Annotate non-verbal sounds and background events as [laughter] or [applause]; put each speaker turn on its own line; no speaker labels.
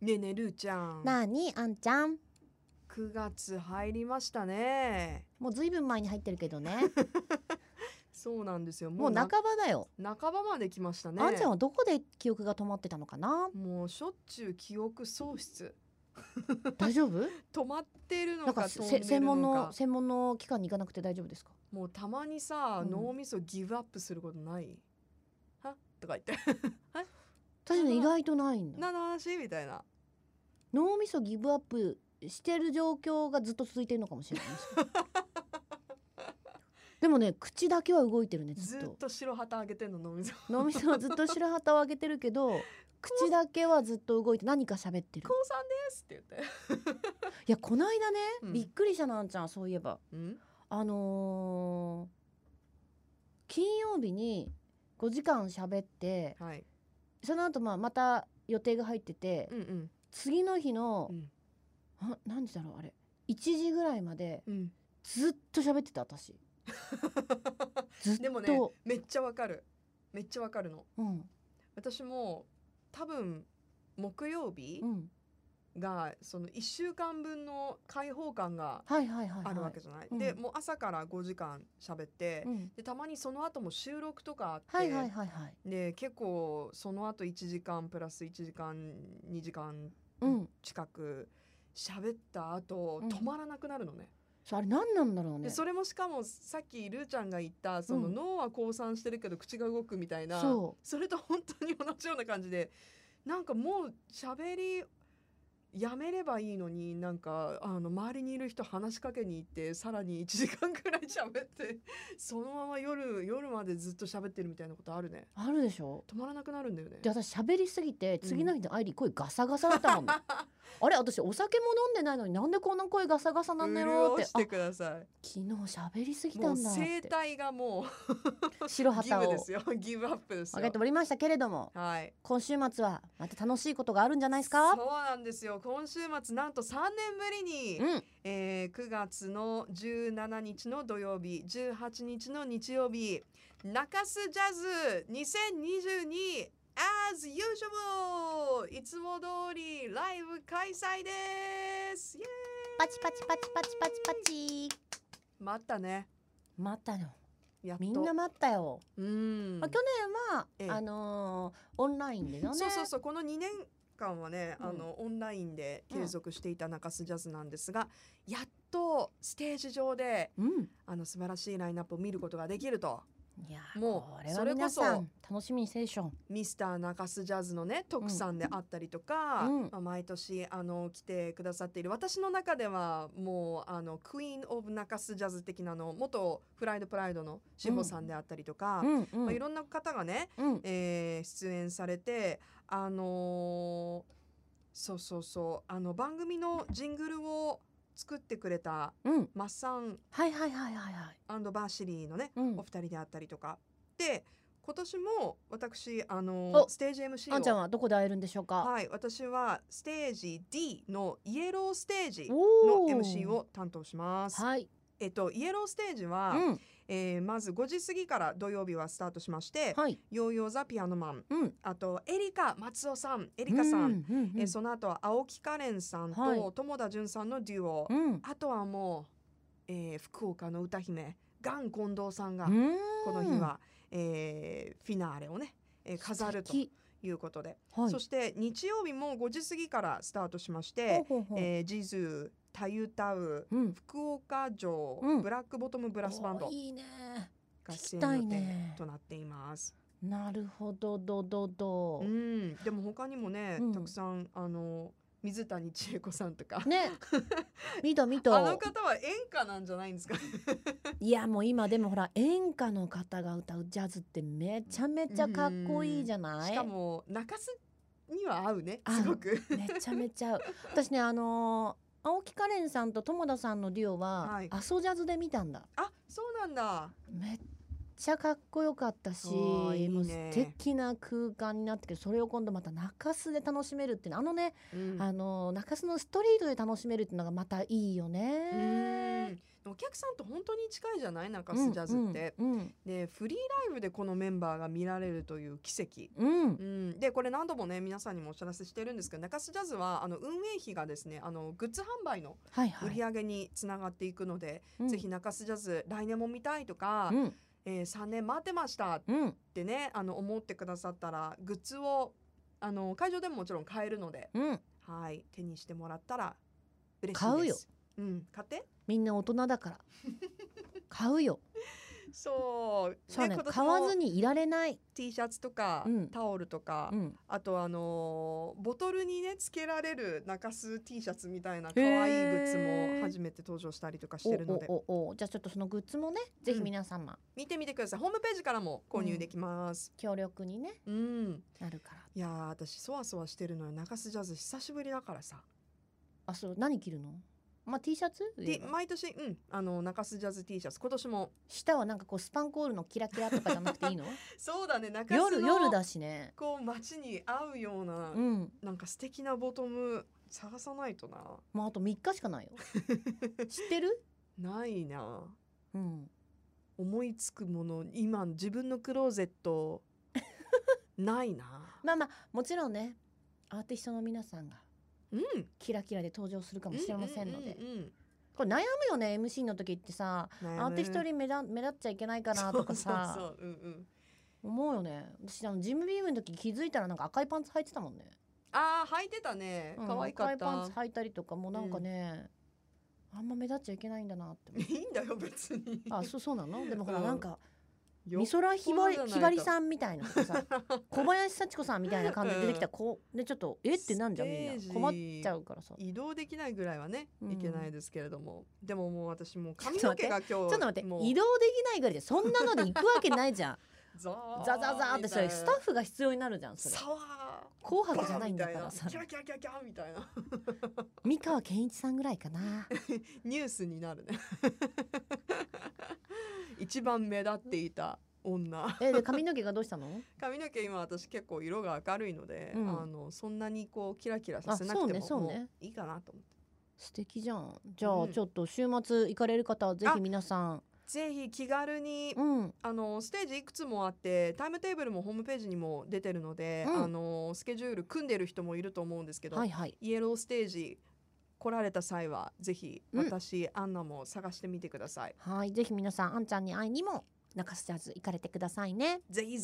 ねえねえるーちゃん
なあにあんちゃん
9月入りましたね
もうずいぶん前に入ってるけどね
そうなんですよ
もう
な
半ばだよ、
半ばまで来ましたね
あんちゃんはどこで記憶が止まってたのかな
もうしょっちゅう記憶喪失
大丈夫
止まってる
な
の
んか
か
せ
飛んで
専
る
門
の
の
か
専門の機関に行かなくて大丈夫ですか
もうたまにさ、
うん
脳みそギブアップすることないはとか言って
私ね
あ
意外とないんだ
何の話みたいな
脳みそギブアップしてる状況がずっと続いてるのかもしれないでもね口だけは動いてるねず
ず
っ
っ
と
と白旗あげてんの脳みそ
脳みそはずっと白旗を上げてるけど口だけはずっと動いて何か喋ってる
高三ですって言って
いやこの間ね、
うん
びっくりしたなあんちゃんそういえば
うん
あのー金曜日に5時間喋って
はい
その後まあまた予定が入ってて、
うんうん
次の日の
うん、
あ何時だろうあれ1時ぐらいまで
うん、
ずっと喋って
[laughs]
た私ずっと
でもねめっちゃわかるめっちゃわかるの
うん
私も多分木曜日
うん、
が、その1週間分の開放感が
はいはいはいは
あ
い
るわけじゃない、
うん
でもう朝から5時間喋って、
うん、
でたまにその後も収録とかあって、
はいはいはいはい
で結構その後1時間プラス1時間2時間
うん
近く喋った後、
うん
止まらなくなるのね
そうあれ何なんだろうね
でそれもしかもさっきルーちゃんが言ったその
うん
脳は降参してるけど口が動くみたいな、
そ
それと本当に同じような感じでなんかもう喋りやめればいいのになんかあの周りにいる人話しかけに行ってさらに1時間くらい喋って [laughs] そのまま夜夜までずっと喋ってるみたいなことあるね
あるでしょ
止まらなくなるんだよね
で私喋りすぎて次の日のアイリー声ガサガサだったもんね、
[laughs]
あれ私お酒も飲んでないのになんでこんな声ガサガサなんだろうって
潤してくださ
昨日喋りすぎ
いも
た
うん
だっ
声
て
帯がも [laughs]
白
うギブ
旗
で
を
すよ [laughs] ギブアップです
上
よ
げておりましたけれども
はい
今週末はまた楽しいことがあるんじゃないですか
そうなんですよ今週末なんと3年ぶりに、
うん
えー9月の17日の土曜日18日の日曜日中洲ジャズ2022 as usual いつも通りライブ開催ですイエーイ
パチパチパチパチパチパチ
待ったね
待ったよ
やっと
みんな待ったよ、
うん、
まあ、去年は、
ええ
あのーオンラインでのね
そうそうそうこの2年間はね、
うん
あのオンラインで継続していた中洲ジャズなんですが、やっとステージ上で
うん
あの素晴らしいラインナップを見ることができると
いやー
もう
これは
それこ
皆
そ
さん楽しみにせでしょ
ミスター中洲ジャズのね特産であったりとか、
うん
まあ、毎年あの来てくださっている私の中ではもうあのクイーン・オブ・中洲ジャズ的なの元フライド・プライドの志保さんであったりとか、
うんうん
まあ、いろんな方がね、
うん
えー出演されてあのーそうそうそうあの番組のジングルを作ってくれた
うん
マッサン
はいはいはいはいは
バ
い
ーシリーのね
うん
お二人であったりとか。で今年も私あの
お
ステージ MC を
あんちゃんはどこで会えるんでしょうか、
はい、私はステージ D のイエローステージの
おー
MC を担当します。
はい、
えっとイエローステージは、
うん、
えーまず5時過ぎから土曜日はスタートしまして、
はい、
ヨーヨーザピアノマン、
うん、
あとエリカ松尾さん、エリカさん、
うん、うん、うん
えーその後は青木カレンさんと、
はい
友田純さんのデュオ、
うん、
あとはもう、えー福岡の歌姫ガン近藤さんが、こ
こ
の日は、えーフィナーレをね、えー飾るということで。
はい、
そして日曜日も5時過ぎからスタートしまし
ほう
て、
ほうほう
えージズタユタウ
うん、
福岡城、
うん
ブラックボトムブラスバンド
おーいいね。
が出
聞きた
演
い
予
ね
定となっています。
なるほど、どどど
う。ん、でも他にもね、
うん
たくさんあの水谷千恵子さんとか、 [laughs]
ね、見た見
あの
た。
方は演歌なんじゃないんですか。
いやもう今でもほら演歌の方が歌うジャズってめちゃめちゃかっこいいじゃない。
しかも中洲には合うね、
合う
すごく。
めちゃめちゃ合う。私ねあのー青木カレンさんと友田さんのデュオは、
はい
アソジャズで見たんだ。
あ、そうなんだ。
めっちゃかっこよかったし
あーいいね
もう素敵な空間になっててそれを今度また中洲で楽しめるっていうのあのね、
うん
あの中洲のストリートで楽しめるっていうのがまたいいよ
う
ね。
んお客さんと本当に近いじゃない中洲ジャズって。
うんうん
でフリーライブでこのメンバーが見られるという奇跡。
うん
うん、でこれ何度もね皆さんにもお知らせしてるんですけど中洲ジャズはあの運営費がですねあのグッズ販売の
はい
売
はい
り上げにつながっていくので、
うん
ぜひ中洲ジャズ来年も見たいとか、
うん
えー3年待ってましたっ
うん
てねあの思ってくださったらグッズをあの会場でももちろん買えるので、
うん
はい、手にしてもらったら嬉しいです。
買うよ
うん、買って
みんな大人だから
[laughs]
買うよ
そう。
そうね
今年
買
も
わずにいられない、
T シャツとか、
うん
タオルとか、
うん、
あとあのーボトルにねつけられる中洲 T シャツみたいな可愛いグッズも初めて登場したりとかし
お
てるので、
おおおじゃあちょっとそのグッズもねぜひ皆様
見てみてください。ホームページからも購入できます。
協力にね
うん。
なるから
いやー私そわそわしてるのよ中洲ジャズ久しぶりだからさ、
あそう何着るのまあ T シャツ
で毎年うんあの中洲ジャズ T シャツ今年も
下はなんかこうスパンコールのキラキラとかじゃなくてい
[laughs]
いの
そうだね中洲
夜
の
夜だしね
こう街に合うような、
うん
なんか素敵なボトム探さないとな
まああと3日し
[laughs]
かないよ知ってる
ないな
うん
思いつくもの今自分のクローゼッ
[laughs]
トないな
まあまあもちろんねアーティストの皆さんが
うん
キラキラで登場するかもしれませんので
うんうん
これ悩むよね MC の時ってさ
うんうん
アーティストより目立目立っちゃいけないかなとかさ
[laughs] そうそうそう、うんうん、
思うよね私あのジムビームの時気づいたらなんか赤いパンツ履いてたもんね
あー履いてたね
うん
可愛かっ
赤いパ
た
ンツ、履いたりとかもなんかね、あんま目立っちゃいけないんだなって思う
いいんだよ別に
あそうそうなのでもほら
うん
なんか
よ
美空ひばり
よっぽどじゃないと
ひばりさんみたいなと
[laughs]
かさ小林幸子さんみたいな感じで出てきた子でちょっとえってなんじゃんみん
ステージ
な困っちゃうからさ
移動できないぐらいはね、
うん
いけないですけれどもでももう私もう
ょっ
髪
と
の
待って
毛が今日ちょ
[laughs] ちょっと待って移動できないぐらいでそんなので行くわけない
[laughs]
じゃん
ザー
ザザザーってそれスタッフが必要になるじゃんそれ
サワ
紅
ー
白じゃないんだからさ
バーンみたいなキャーキャーキャーキャーみたいな
三河健一さんぐらいかな
ニュースになるね [laughs] 一番目立っていた女
えで髪の毛がど
[laughs]
うしたの
髪の毛今私結構色が明るいので、
うん
あのそんなにこうキラキラさせなくても
あそうねそうね
もういいかなと思って
素敵じゃんじゃあ、
うん
ちょっと週末行かれる方はぜ
あ
ひ皆さん
ぜひ気軽に、
うん
あのステージいくつもあってタイムテーブルもホームページにも出てるので、
うん
あのスケジュール組んでる人もいると思うんですけど、
はいはい
イエローステージ来られた際はぜひ
うん
私、アンナも探してみてください。
はいぜひ皆さんあんちゃんに会いにも中洲ジャズ行かれてくださいね
ぜひ